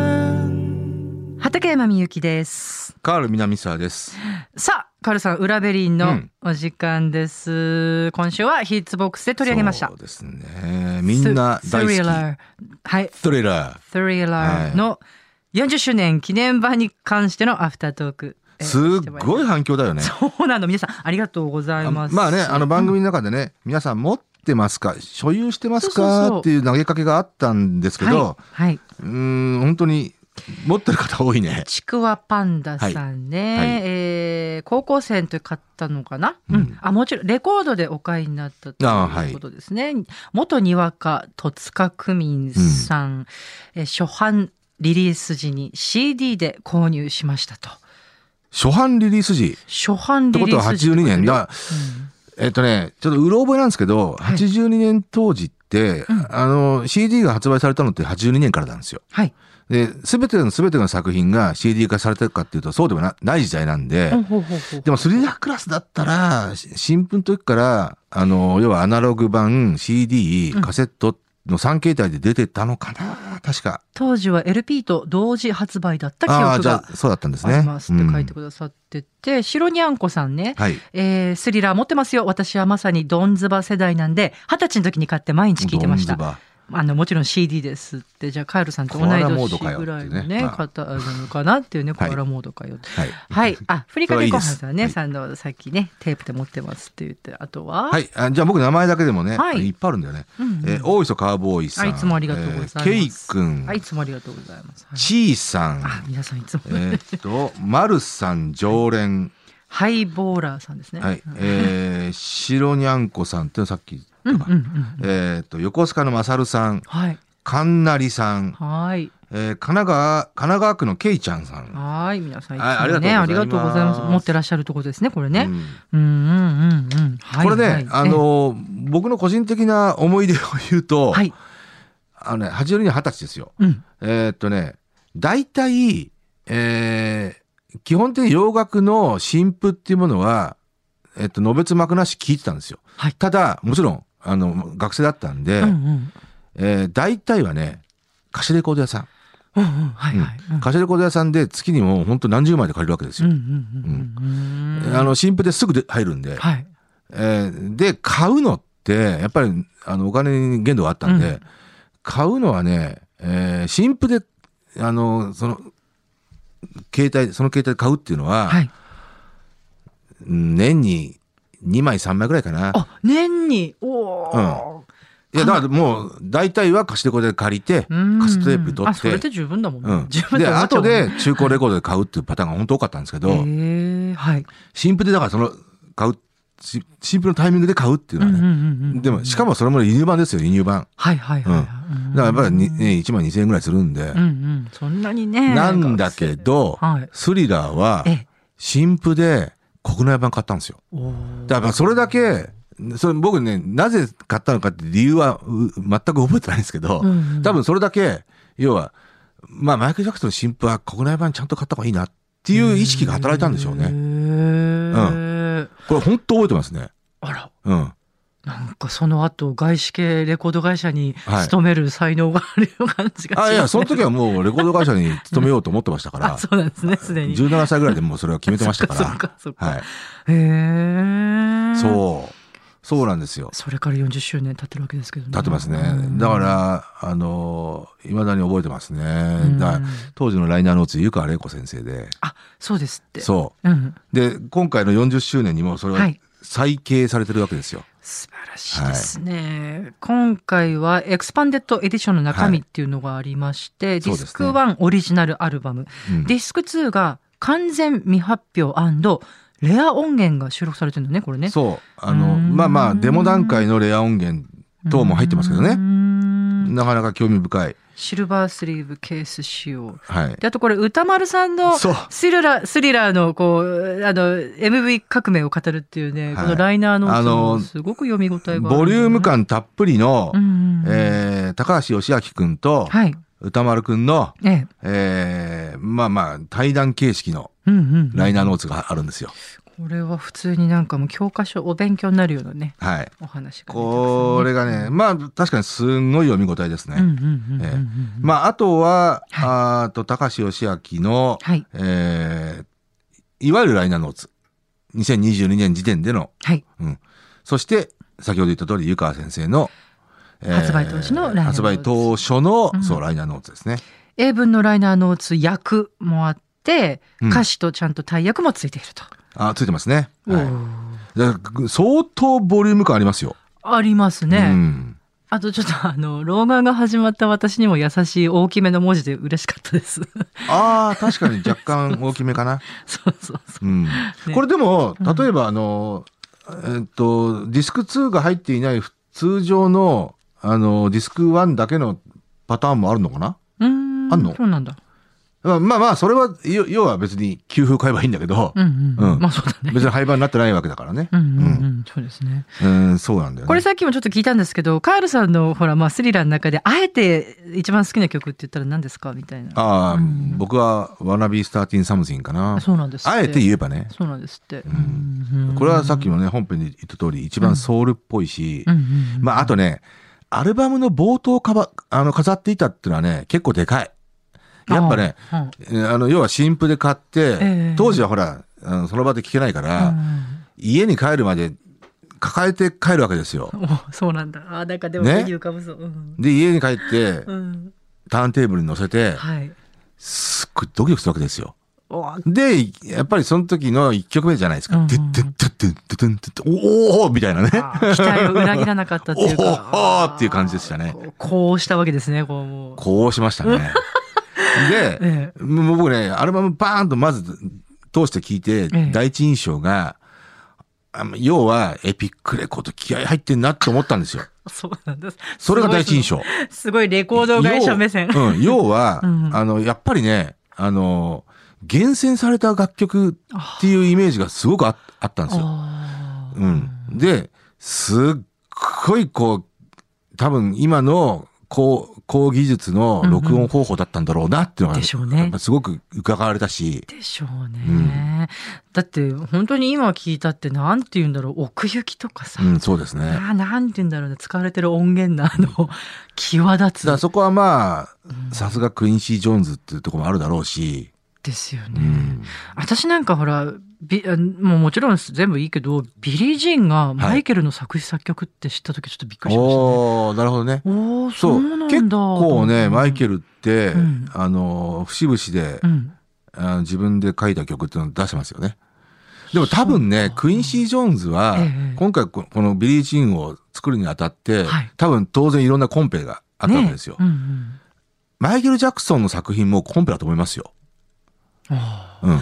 seven. 畠山みゆきです。カール南沢です。さあ、カールさん、裏ベリーうのんお時間です。今週はヒッツボックスで取り上げましたそう。ですね。みんな大好き。スリラー。はい、トレーラー。スリラーの40周年記念版に関してのアフタートーク。えーすっごい反響だよね。そうなの、皆さん、ありがとうございあます。まあね、あの番組の中でね、皆さん持ってますか所有してますそうそうそうかっていう投げかけがあったんですけはい、ど、はい。うーん、本当に持ってる方多いね。ちくわパンダさんね、はいはいえー高校生の時買ったのかな、うんん、あもちろんレコードでお買いになったとあはいいうことですね、元にわか戸塚区民さん、えー初版リリース時に CD で購入しましたと初版リリース時。初版ってリこリーとはス時82年。だ、だえっとね、ちょっとうろ覚えなんですけど、はい82年当時って、うんあの、CD が発売されたのって82年からなんですよ。はい、で、すべてのすべての作品が CD 化されてるかっていうと、そうでもなない時代なんで、ほうほうほうでもスリラークラスだったら、し新聞の時から、あの、要はアナログ版、CD うん、カセットの3形態で出てたのかな確か。当時は LP と同時発売だった記ああー、憶じゃがあ、そうだったんですね。ありますって書いてくくださってて、白にゃんこさんね、はい。えースリラー持ってますよ。私はまさにドンズバ世代なんで、二十歳の時に買って毎日聞いてましドンズた。バあの、もちろん CD ですって、じゃあカエルさんと同いコアラモードか年よぐらいっのてねねま、あ方なのかなっていうね、コはアいラモードかよって。はい。はい。あ、フリカそれはデいいコですハンさんね、はいさんのさっきね、テープで持ってますって言って、あとは、はい。あじゃあ僕名前だけでもね、はいい、っぱいあるんだよね。うんえー大磯カーボーイさん。あいつもありがとうございますえーケイ君、あいつもありがとうございます。はいチーさん、あ、皆さんいつも、えーっと、マルさん常連、ハイボーラーさんですね。はいうん、えー、白にゃんこさんってさっきう言んっうんたうか。ん。えーっと、横須賀のまさるさん、はい。かんなりさん、はい。えー、神奈川、神奈川区のケイちゃんさん。はい。皆さんいつはいありもがとうござね、いまあすりがとうございます。持ってらっしゃるところですね、これね。うんうんうんうんうん。はいこれね、はいあのー僕の個人的な思い出を言うと、はい。あのね、八十二二十歳ですよ。うん。えーっとね、大体、えー基本的に洋楽の新譜っていうものは、えっと、のべつ幕なし聞いてたんですよ。はいただ、もちろん、あの、学生だったんで、うんうん。えー大体はね、貸しレコード屋さん。うんうん。はいはい。うん貸しレコード屋さんで月にもう本当何十枚で借りるわけですうよ。んうんうんうん。あの、新譜ですぐで入るんで、はい。えーで、買うのって、やっぱり、あの、お金に限度があったんで、うん買うのはね、えー新譜で、あの、その、携帯、その携帯で買うっていうのは、はい。うん年に2枚3枚ぐらいかな。あ、年に、おーいや、だからもう、大体は貸しレコードで借りて、うんカセットテープ取あ、それっでて、十分だもんうねん。十分で、だもん後で中古レコードで買うっていうパターンが本当多かったんですけへど、ーはい。新譜でだからその、買う、し新譜のタイミングで買うっていうのはね、でも、しかも、もそれも輸入版ですよ、輸入版。はいはいはいはい。だからやっぱりに、ね、1万2000円ぐらいするんで、うんうん。そんなにね。なんだけど、はい。スリラーはええ、新譜で国内版買ったんですよ。おーだからそれだけ、それ僕ね、なぜ買ったのかって理由はう全く覚えてないんですけど、うんうん多分それだけ、要は、まあマイケル・ジャクソンの新譜は国内版ちゃんと買った方がいいなっていう意識が働いたんでしょうへね。ーこれ本当覚えてますね。あら。うん。なんかその後、外資系レコード会社にはい勤める才能があるような感じがします、ねあ、いや、その時はもうレコード会社に勤めようと思ってましたかあら、そうなんですね、すでに。 17歳ぐらいでもうそれは決めてましたか、そっからそっかそっか。はい。へえ。う。そう。そうなんですよ。それから40周年経ってるわけですけどね。立ってますねうん。だから、あの、いまだに覚えてますね。んだから当時のライナーノーツ、湯川玲子先生で。あ、そうですって。う。そう。ん。で、今回の40周年にもそれははい再掲されてるわけですよ。素晴らしいですね、今回はエクスパンデッドエディションの中身っていうのがありまして、デそィうですねスク1オリジナルアルバム、うんディスク2が完全未発表レア音源が収録されてるのね、これね。そう。あうーの、んまあまあ、デモ段階のレア音源等も入ってますけどうーね。んなかなか興味深い。シルバースリーブケース仕様。はい。で、あとこれ、歌丸さんのそうスリラー、スリラーの、こう、あの、MV 革命を語るっていうね、はいこのライナーの、あのすごく読み応えがある、ボリューム。感たっぷりのう、んうんうんえー高橋義明くんとはい。歌丸くんの、ええ。えーまあまあ、対談形式のうんうん。ライナーノーツがあるんですよ。ここれは普通になんかもう教科書お勉強になるようなねはい。お話が出てますねこれがね、まあ確かにすんごい読み応えですね。うんうんうんうんうんええまああとは、はいあーと高橋義明の、はいえーいわゆるライナーノーツ。2022年時点での、はいうん。そして、先ほど言った通り、湯川先生の、えー発売当初のライナーノーツ発売当初の、うんそう、ライナーノーツですね。英文のライナーノーツ訳もあってうん歌詞とちゃんと大訳もついていると、あ、ついてますね。おはいーだから相当ボリューム感ありますよ。ありますね、うん。あとちょっとあの老眼が始まった私にも優しい大きめの文字で嬉しかったです ああ、確かに若干大きめかな。そうそうそううんねこれでも、うん例えばあの、えっと、ディスク2が入っていない通常の、あの、ディスク1だけのパターンもあるのかなうーんあんのそうなんだまあまあまあ、それは、よ要は別に給付買えばいいんだけどう、んうん、う、うんんまあそうだね別に廃盤になってないわけだからねう。んうんうん、そうですね。うん、そうなんだよね。これさっきもちょっと聞いたんですけど、カールさんのほら、まあスリラーの中で、あえて一番好きな曲って言ったら何ですかみたいな。ああ、うん僕は、ワナビースターティンサムシンかなあ。そうなんですって。あえて言えばね。そうなんですって。んうんうんこれはさっきもね、本編で言った通り、一番ソウルっぽいしう、んうんうんまあ、あとね、アルバムの冒頭かば、あの、飾っていたっていうのはね、結構でかい。やっぱね、、ああえーあの、要は新譜で買って、え当時はほら、あのその場で聴けないから、うん家に帰るまで抱えて帰るわけですよ。うんおそうなんだ。あ、なんかでも、ね、ね浮かぶそう。うんで、家に帰って、うんターンテーブルに乗せて、はい。すっごいドキドキするわけですよ。おあで、やっぱりその時の1曲目じゃないですか。うんうんてってってってってっておーおーみたいなね。期待を裏切らなかったっていうか。おほほーっていう感じでしたねこう。こうしたわけですね、こうもう。こうしましたね。で、えもう僕ね、アルバムバーンとまず通して聞いてええ、第一印象が、あの要はエピックレコード気合入ってんなって思ったんで すよ。えそうなんです。それが第一印象。すごいレコード会社目線。要うん、要は、うんあの、やっぱりね、あの、厳選された楽曲っていうイメージがすごくああったんですよ。あーうん。で、すっごいこう、多分今の高高技術の録音方法だったんだろうなっていうのが、でしょうねやっぱすごく伺われたし、でしょうね、うんだって本当に今聞いたってなんて言うんだろう奥行きとかさ、うん、そうですね。あーなんて言うんだろうね使われてる音源のあの際だから立つそこはまあ、さすがクインシー・ジョーンズっていうところもあるだろうし、ですよね、うん私なんかほらビあもうもちろん全部いいけどビリー・ジーンがマイケルの作詞作曲って知った時ちょっとびっくりしましたね。おーなるほどね。おおそそううなんだ結構ねマイケル、ルって、うんあの節々で、うん、あの自分で書いた曲っていうのを出してますよね。でも多分そうねかクインシー・ジョーンズは、ええ今回ここの「ビリー・ジーン」を作るにあたって、はい多分当然いろんなコンペがあったわけですよ。ねうんうんマイケル・ジャクソンの作品もコンペだと思いますよ。あーうん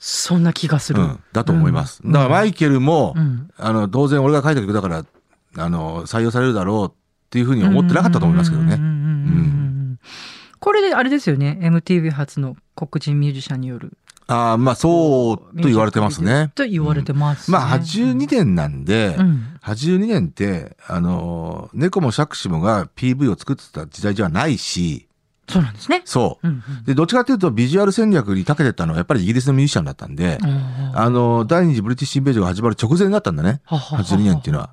そんな気がする、うん、だと思います。だからマイケルも、うんあの、当然俺が書いた曲だから、あの、採用されるだろうっていうふうに思ってなかったと思いますけどうんうね。んうんうんうんうんこれであれですよね MTV 初の黒人ミュージシャンによるああ、まあそうと言われてますね。と言われてます、まあ82年なんで、うん82年って、あの、猫も釈子もが PV を作ってた時代ではないし、そうなんですね、そうんう。で、どっちかっていうとビジュアル戦略に長けてったのはやっぱりイギリスのミュージシャンだったんでう、ん、ああの、第二次ブリティッシュインベージョンが始まる直前だったんだね。82年っていうのは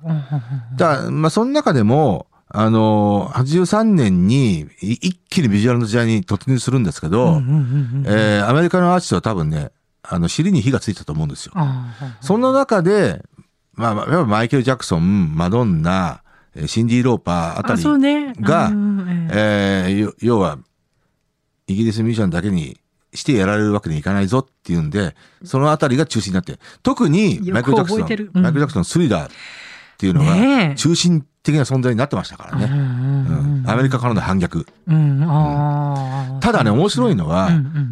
だからまあ、その中でも、あのー、83年にい一気にビジュアルの時代に突入するんですけど、えーアメリカのアーティストは多分ね、あの、尻に火がついたと思うんですよ。その中で、まあまあ、やっぱマイケル・ジャクソン、マドンナ、えーシンディ・ローパーあたり、がえーよ要は、イギリスミュージシャンだけにしてやられるわけにいかないぞっていうんで、そのあたりが中心になって、特にマイケル・ジャクソよく覚えン、マイてケるル・うんジャクソンのスリラーっていうのが、ねえ中心的な存在になってましたからね。うんアメリカからの反逆。ただね、面白いのは、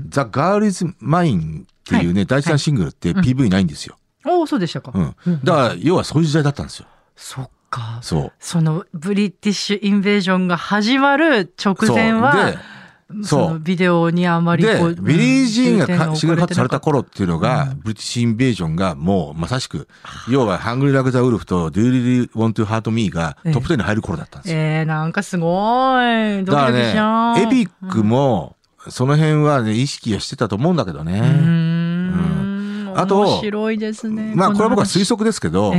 ザ・ガールズ・マインっていうね、第一弾シングルってうん PV ないんですよ。おおそうでしたか、うん。うんだから、要はそういう時代だったんですよ。そっかそう。そのブリティッシュインベージョンが始まる直そう。前はで、そそのう。ビデオにあまりで、ビリー・ジーンがかシングルカットされた頃頃っていうのが、うんブリティッシュ・インベージョンがもうまさしく、要は、ハングリー・ラグ・ザ・ウルフと、ドゥーリリー・ウォン・トゥ・ハート・ミーがトップ10に入る頃だったんですよ。えー、なんかすごいドだキかドキしちゃらうね、エビックも、その辺はね、意識はしてたと思うんだけどうーね。んあと、面白いですね。まあ、これは僕は推測ですけど、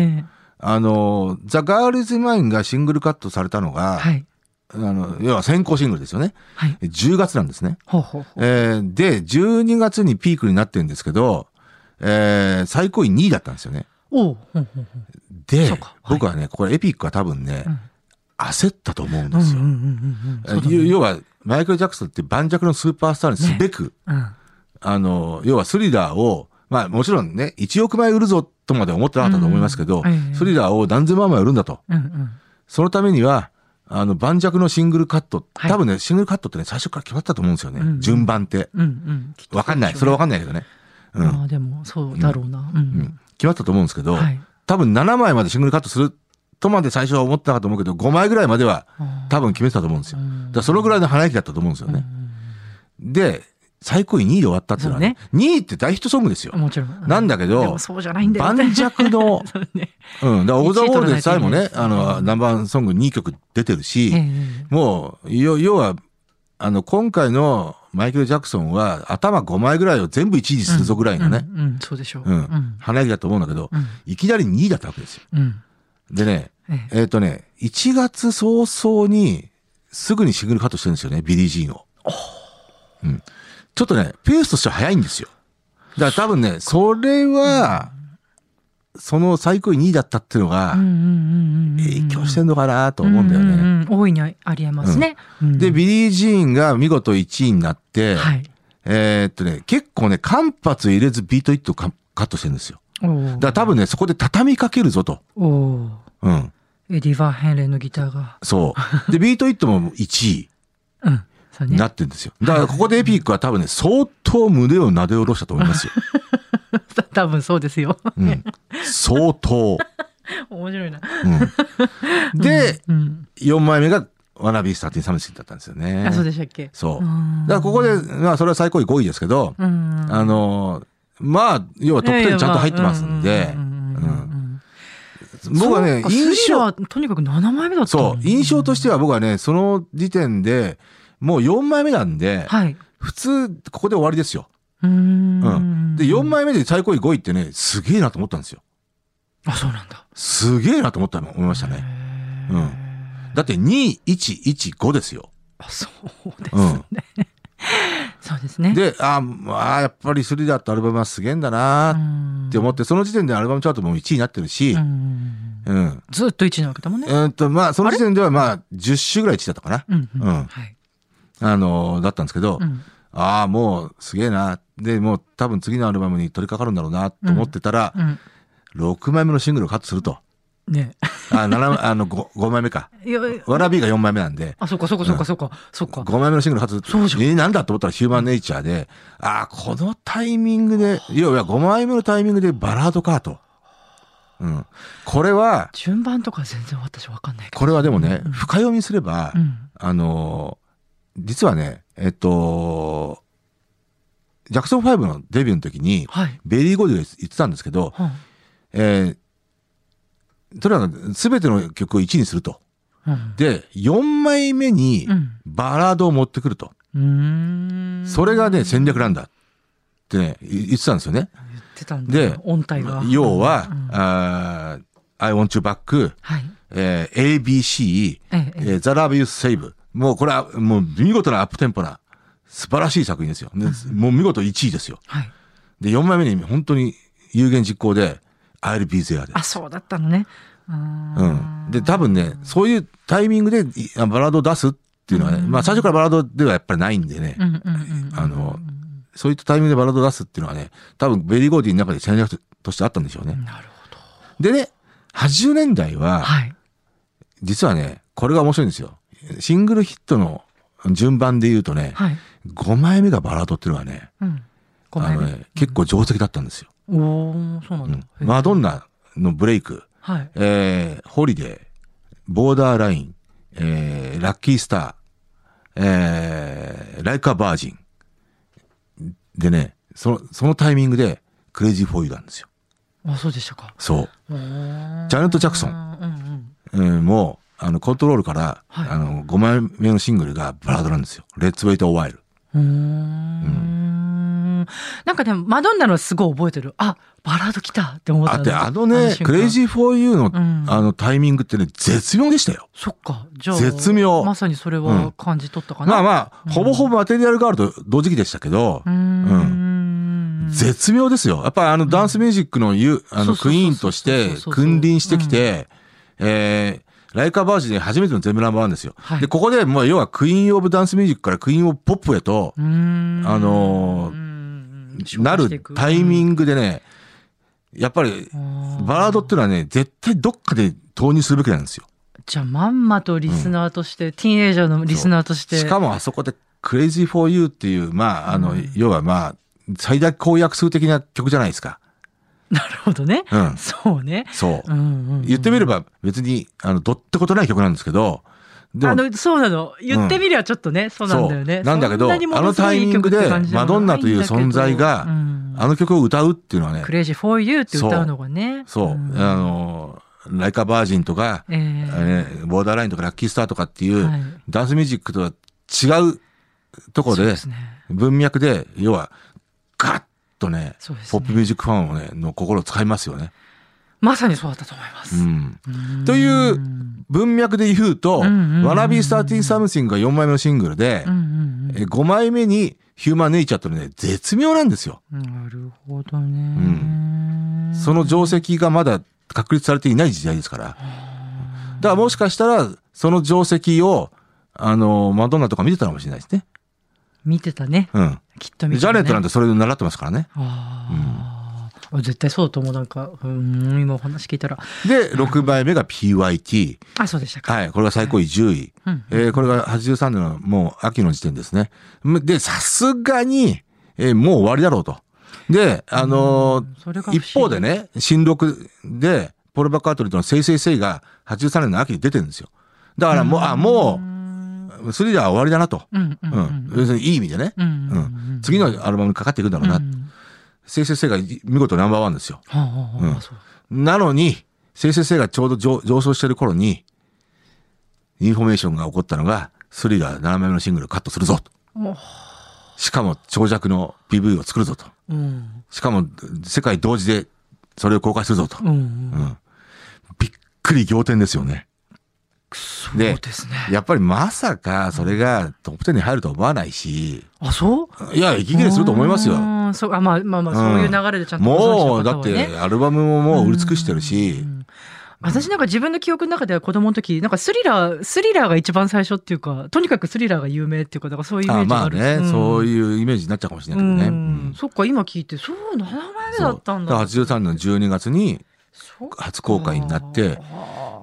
あの、ザ・ガールズ・マインがシングルカットされたのが、はい、あの、要は先行シングルですよね。はい、10月なんですね。ほうほうほうえー、で、12月にピークになってるんですけど、えー、最高位2位だったんですよね。おうほうほうで、はい、僕はね、これエピックは多分ね、うん、焦ったと思うんですよ。うんうんうんうんね、要は、マイケル・ジャクソンって盤石のスーパースターにすべく、ねうん、あの、要はスリラーを、まあもちろんね、1億枚売るぞとまで思ってなかったと思いますけど、うん、スリラーを何千万枚売るんだと。うんうん、そのためには、あの、盤石のシングルカット、はい、多分ね、シングルカットってね、最初から決まったと思うんですよね。うんうん、順番って。わ、うんうん、かんない。それわかんないけどね。うん、まあでも、そうだろうな。決まったと思うんですけど、はい、多分7枚までシングルカットするとまで最初は思ってたかと思うけど、5枚ぐらいまでは多分決めてたと思うんですよ。だそのぐらいの鼻息だったと思うんですよね。で、最高位2位で終わったっていうのはね、ね2位って大ヒットソングですよ。もちろん。なんだけど、そうじゃないんだよ、ね、盤石 の、う,ね、うん、だオーザーオールでさえも ね、あの、ナンバーソング2曲出てるし、もう、要は、あの、今回のマイケル・ジャクソンは頭5枚ぐらいを全部1位にするぞぐらいのね、うん、うんうん、そうでしょう。うん。鼻息だと思うんだけど、うん、いきなり2位だったわけですよ。うん、でね、えっ、ー、とね、1月早々にすぐにシングルカットしてるんですよね、ビリー・ジーンを。うん。ちょっとね、ペースとしては早いんですよ。だから多分ね、それは、その最高位2位だったっていうのが、影響してんのかなと思うんだよね。うんうんうん、大いにありえますね、うん。で、ビリー・ジーンが見事1位になって、はい、えー、っとね、結構ね、間髪入れずビートイットカットしてるんですよ。だから多分ね、そこで畳みかけるぞと。うん。エディ・バー・ヘンレンのギターが。そう。 で、ビートイットも1位。うん。ね、なってるんですよ。だからここでエピックは多分ね、相当胸をなで下ろしたと思い ますよ。 多分そうですよ。うん、相当。面白いな。うん、で、うん、4枚目が、ワナビースターティンサムシンだったんですよね。あ、そうでしたっけそう。だからここで、まあそれは最高位5位ですけど、あの、まあ、要はトップ10ちゃんと入ってますんで、僕はね、印象。とにかく7枚目だった。そう。印象としては僕はね、その時点で、もう4枚目なんで、はい、普通、ここで終わりですよ。うん,うん、で、4枚目で最高位5位ってね、すげえなと思ったんですよ。あ、そうなんだ。すげえなと思ったの、思いましたね。うん。だって2、1、1、5ですよ。あ、そうですね。うん、 そうですね。で、あ、まあ、やっぱりスリラーってアルバムはすげえんだなって思って、その時点でアルバムチャートも1位になってるし、うんうん。ずっと1位なわけだもんね。うんと、まあ、その時点ではまあ、10週ぐらい1位だったかな。うん、うん。うん、はい。あの、だったんですけど、うん、ああ、もうすげえな。で、もう多分次のアルバムに取り掛かるんだろうなと思ってたら、うんうん、6枚目のシングルをカットすると。ねあ、7、あの5、5枚目 か。いや、わらびが4枚目なんで。あ、そっかそっかそっかそっか、そっか。 5枚目のシングルをカットすると。えー、なんだと思ったらヒューマンネイチャーで、ああ、このタイミングで、いやいや、5枚目のタイミングでバラードかと。うん。これは。順番とか全然私わかんないこれはでもね、深読みすれば、あのー実はね、えっと、ジャクソン5のデビューの時に、はい、ベリー・ゴーディが言ってたんですけど、はい、えー、とにかく全ての曲を1にすると。うん、で、4枚目にバラードを持ってくると。うん、それがね、戦略なんだってね、言ってたんですよね。言ってたんだ。で、音体が。要は、うん、あ I want you back、はいえー、ABC、ええー、The Love You Save、もうこれは、もう見事なアップテンポな、素晴らしい作品ですよ。うん、もう見事1位ですよ。はい、で、4枚目に本当に有言実行で、I'll be there です。あ、そうだったのね。うん。で、多分ね、そういうタイミングでバラードを出すっていうのはね、うん、まあ最初からバラードではやっぱりないんでね、あの、そういったタイミングでバラードを出すっていうのはね、多分ベリーゴーディの中で戦略としてあったんでしょうね。なるほど。でね、80年代は、はい、実はね、これが面白いんですよ。シングルヒットの順番で言うとね、はい、5枚目がバラードっていうのはね、うん、あのね、うん、結構定石だったんですよ。うん、おそうなんだ、うん、マドンナのブレイク、はい、えー、ホリデー、ボーダーライン、えー、ラッキースター、えー、ライカバージン。でね、その、そのタイミングで、クレイジーフォーユーなんですよ。あ、そうでしたか。そう。ジャネット・ジャクソン。うん、うん、もう、あの、コントロールから、はい、あの、5枚目のシングルがバラードなんですよ。レッツウェイトオワイル。うん。ん。なんかでも、マドンナのすごい覚えてる。あ、バラード来たって思ったあって、あのあのね、瞬間クレイジー・フォー・ユーの、んあのタイミングってね、絶妙でしたよ。そっか。じゃあ、絶妙まさにそれうんは感じ取ったかな。まあまあ、うんほぼほぼマテリアルガールと同時期でしたけど、うーん。絶妙ですよ。やっぱりあのダンスミュージックのユーあそうそうのそうそうクイーンとしてそうそうそう君臨してきて、えー、ライカバージで初めての全部ナンバーワンですよ。はいで、ここでもう要はクイーンオブダンスミュージックからクイーンオブポップへとうーんあのーうんなるタイミグ。ングでね、やっぱりバラードっていうのはね、絶対どっかで投入するべきなんですよ。じゃあ、まんまとリスナーとして、ティーンエイジャーのリスナーとして。しかもあそこでクレイジーフォーユーっていう、まあ、あの、要はまあ、最大公約数的な曲じゃないですか。なるほどね。うんそうね。そうう。んうんうん言ってみれば別に、あの、どってことない曲なんですけど、であのそうなの言ってみりゃちょっとね、そうなんだよねなんだけど、そあにもののすごタいイいいミン曲グってで感じ、もマないドンナというだけど存在が、うんあの曲を歌うっていうのはねク、レイジーフォーユーって歌うのがねそう、んあの、ライカバージンとか、えええーボーダーラインとかラッキースターとかっていう、はいダンスミュージックとは違うところそうでで、すね文脈で、要は、ガッとね、そうですポねップミュージックファンをね、の心を使いますよね。まさにそうだったと思います、うん。うんといううん文脈で言ううんと、うんうん Wanna Be Starting Something が4枚目のシングルでう、んえ5枚目に Human Nature とね、絶妙なんですよ。うんなるほどね、その定石がまだ確立されていない時代ですから。だからもしかしたら、その定石を、あの、マドンナとか見てたのかもしれないですね。見てたねうん。きっと見てジた、ャね、ネットなんてそれで習ってますからね。あー、あ絶対そうだと思うなんかうん今お話聞いたらで、6枚目が PYT。あそうでしたか、はい。これが最高位10位。うんえーこれが83年のもう秋の時点ですね。で、さすがに、えーもう終わりだろうと。で、あのーうんそれが不思議一方でね、新録で、ポール・バッカートリーとの生成性が83年の秋に出てるんですよ。だからもう、あ、もう、スリラーは終わりだなと。うんうんううんん。要するにいい意味でね。うんうんうんうん次のアルバムにかかっていくんだろうな。うん生成性が見事ナンバーワンですよ。はあはあはあうんそうなのに、生成性がちょうど上上昇してる頃に、インフォメーションが起こったのが、スリラー7枚目のシングルをカットするぞと。しかも長尺の PV を作るぞと。うんしかも世界同時でそれを公開するぞと。うんうんうんびっくり仰天ですよね。そうでですねやっぱりまさかそれがトップ10に入るとは思わないし、あそういや、息切れすると思いますよ。うんそうあまあまあまあうんそういう流れでちゃんと保存もう、してだおっかた方がねてアルバムももう売り尽くしてるし、私なんか自分の記憶の中では子供の時なんかスリラースリラーが一番最初っていうかとにかくスリラーが有名っていうかだからそういうイメーあジがまああるね、そういいうイメージになっちゃうかもしれないけどね。うんそっか今聞いてそう7枚目だったんだそうから83年の12月にそっか初公開になって、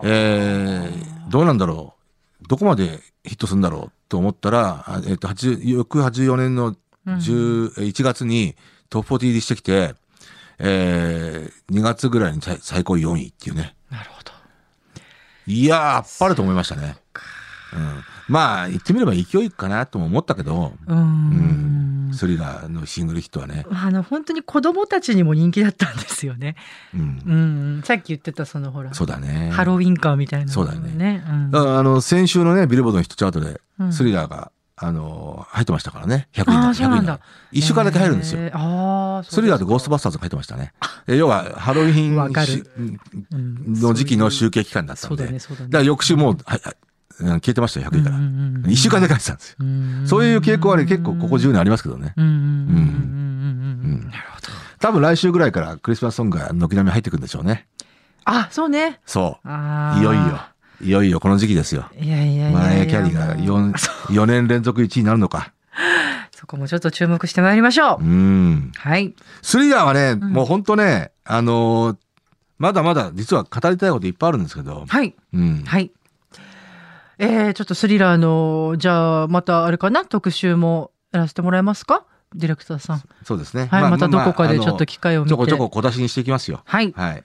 えー、どうなんだろうどこまでヒットするんだろうと思ったら、あえっと80翌84年の10 1月にトップ40入りしてきて、えー、2月ぐらいに最最高4位っていうね。なるほどいやー、あっぱれと思いましたね。うん、まあ、言ってみれば勢いかなとも思ったけど、うーうんん、スリラーのシングルヒットはね。あの本当に子供たちにも人気だったんですよね。うん、うん、さっき言ってたそのほら、そうだね。ハロウィンカーみたいな、そうだよね。うんだからあの先週のねビルボードのヒットチャートでうんスリラーが、あの入ってましたからね100位あだーそう100な位んだだ1週間だけ入るんですよ、えーああ、スリラーとゴーストババスターズが入ってましたねえ要はハロウ ィわンかるしーの時期の集計期間だったそんうでだだ,、ね、そうだね。から翌週もうはいはいうん消えてましたよ100位から、う一んうんうん1週間だけ入ってたんですよ、うんそういう傾向はね結構ここ10年ありますけどねうんうんうんうんうんうんうんなるほど。多分来週ぐらいからクリスマスソングが軒並み入ってくるんでしょうねあ、そうね。そあーういよいよ。いよいよこの時期ですよいやいやいやいや。マライア・キャリーがもう 4, 4年連続1位になるのかそこもちょっと注目してまいりましょう。うんはい。スリラーはね、んもう本当ね、あのーまだまだ実は語りたいこといっぱいあるんですけど、はい。うん。はい。えー、ちょっとスリラーの、じゃあ、またあれかな特集もやらせてもらえますかディレクターさん。そうですね。はい、またどこかでちょっと機会を見ちょこちてょ。こ小出しにしていきますよ。はい。はい。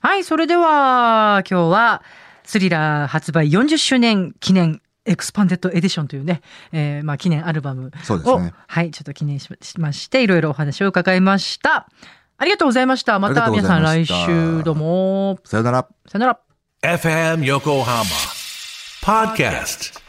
はい、それでは、今日は、スリラー発売40周年記念エクスパンデッドエディションというね、えー、まあ記念アルバムそうですを、ね。はい、ちょっと記念ししまして、いろいろお話を伺いました。ありがとうございました。まあたりが皆とうさんございま来した週どうも。さよなら。さよなら。 FM Yokohama Podcast.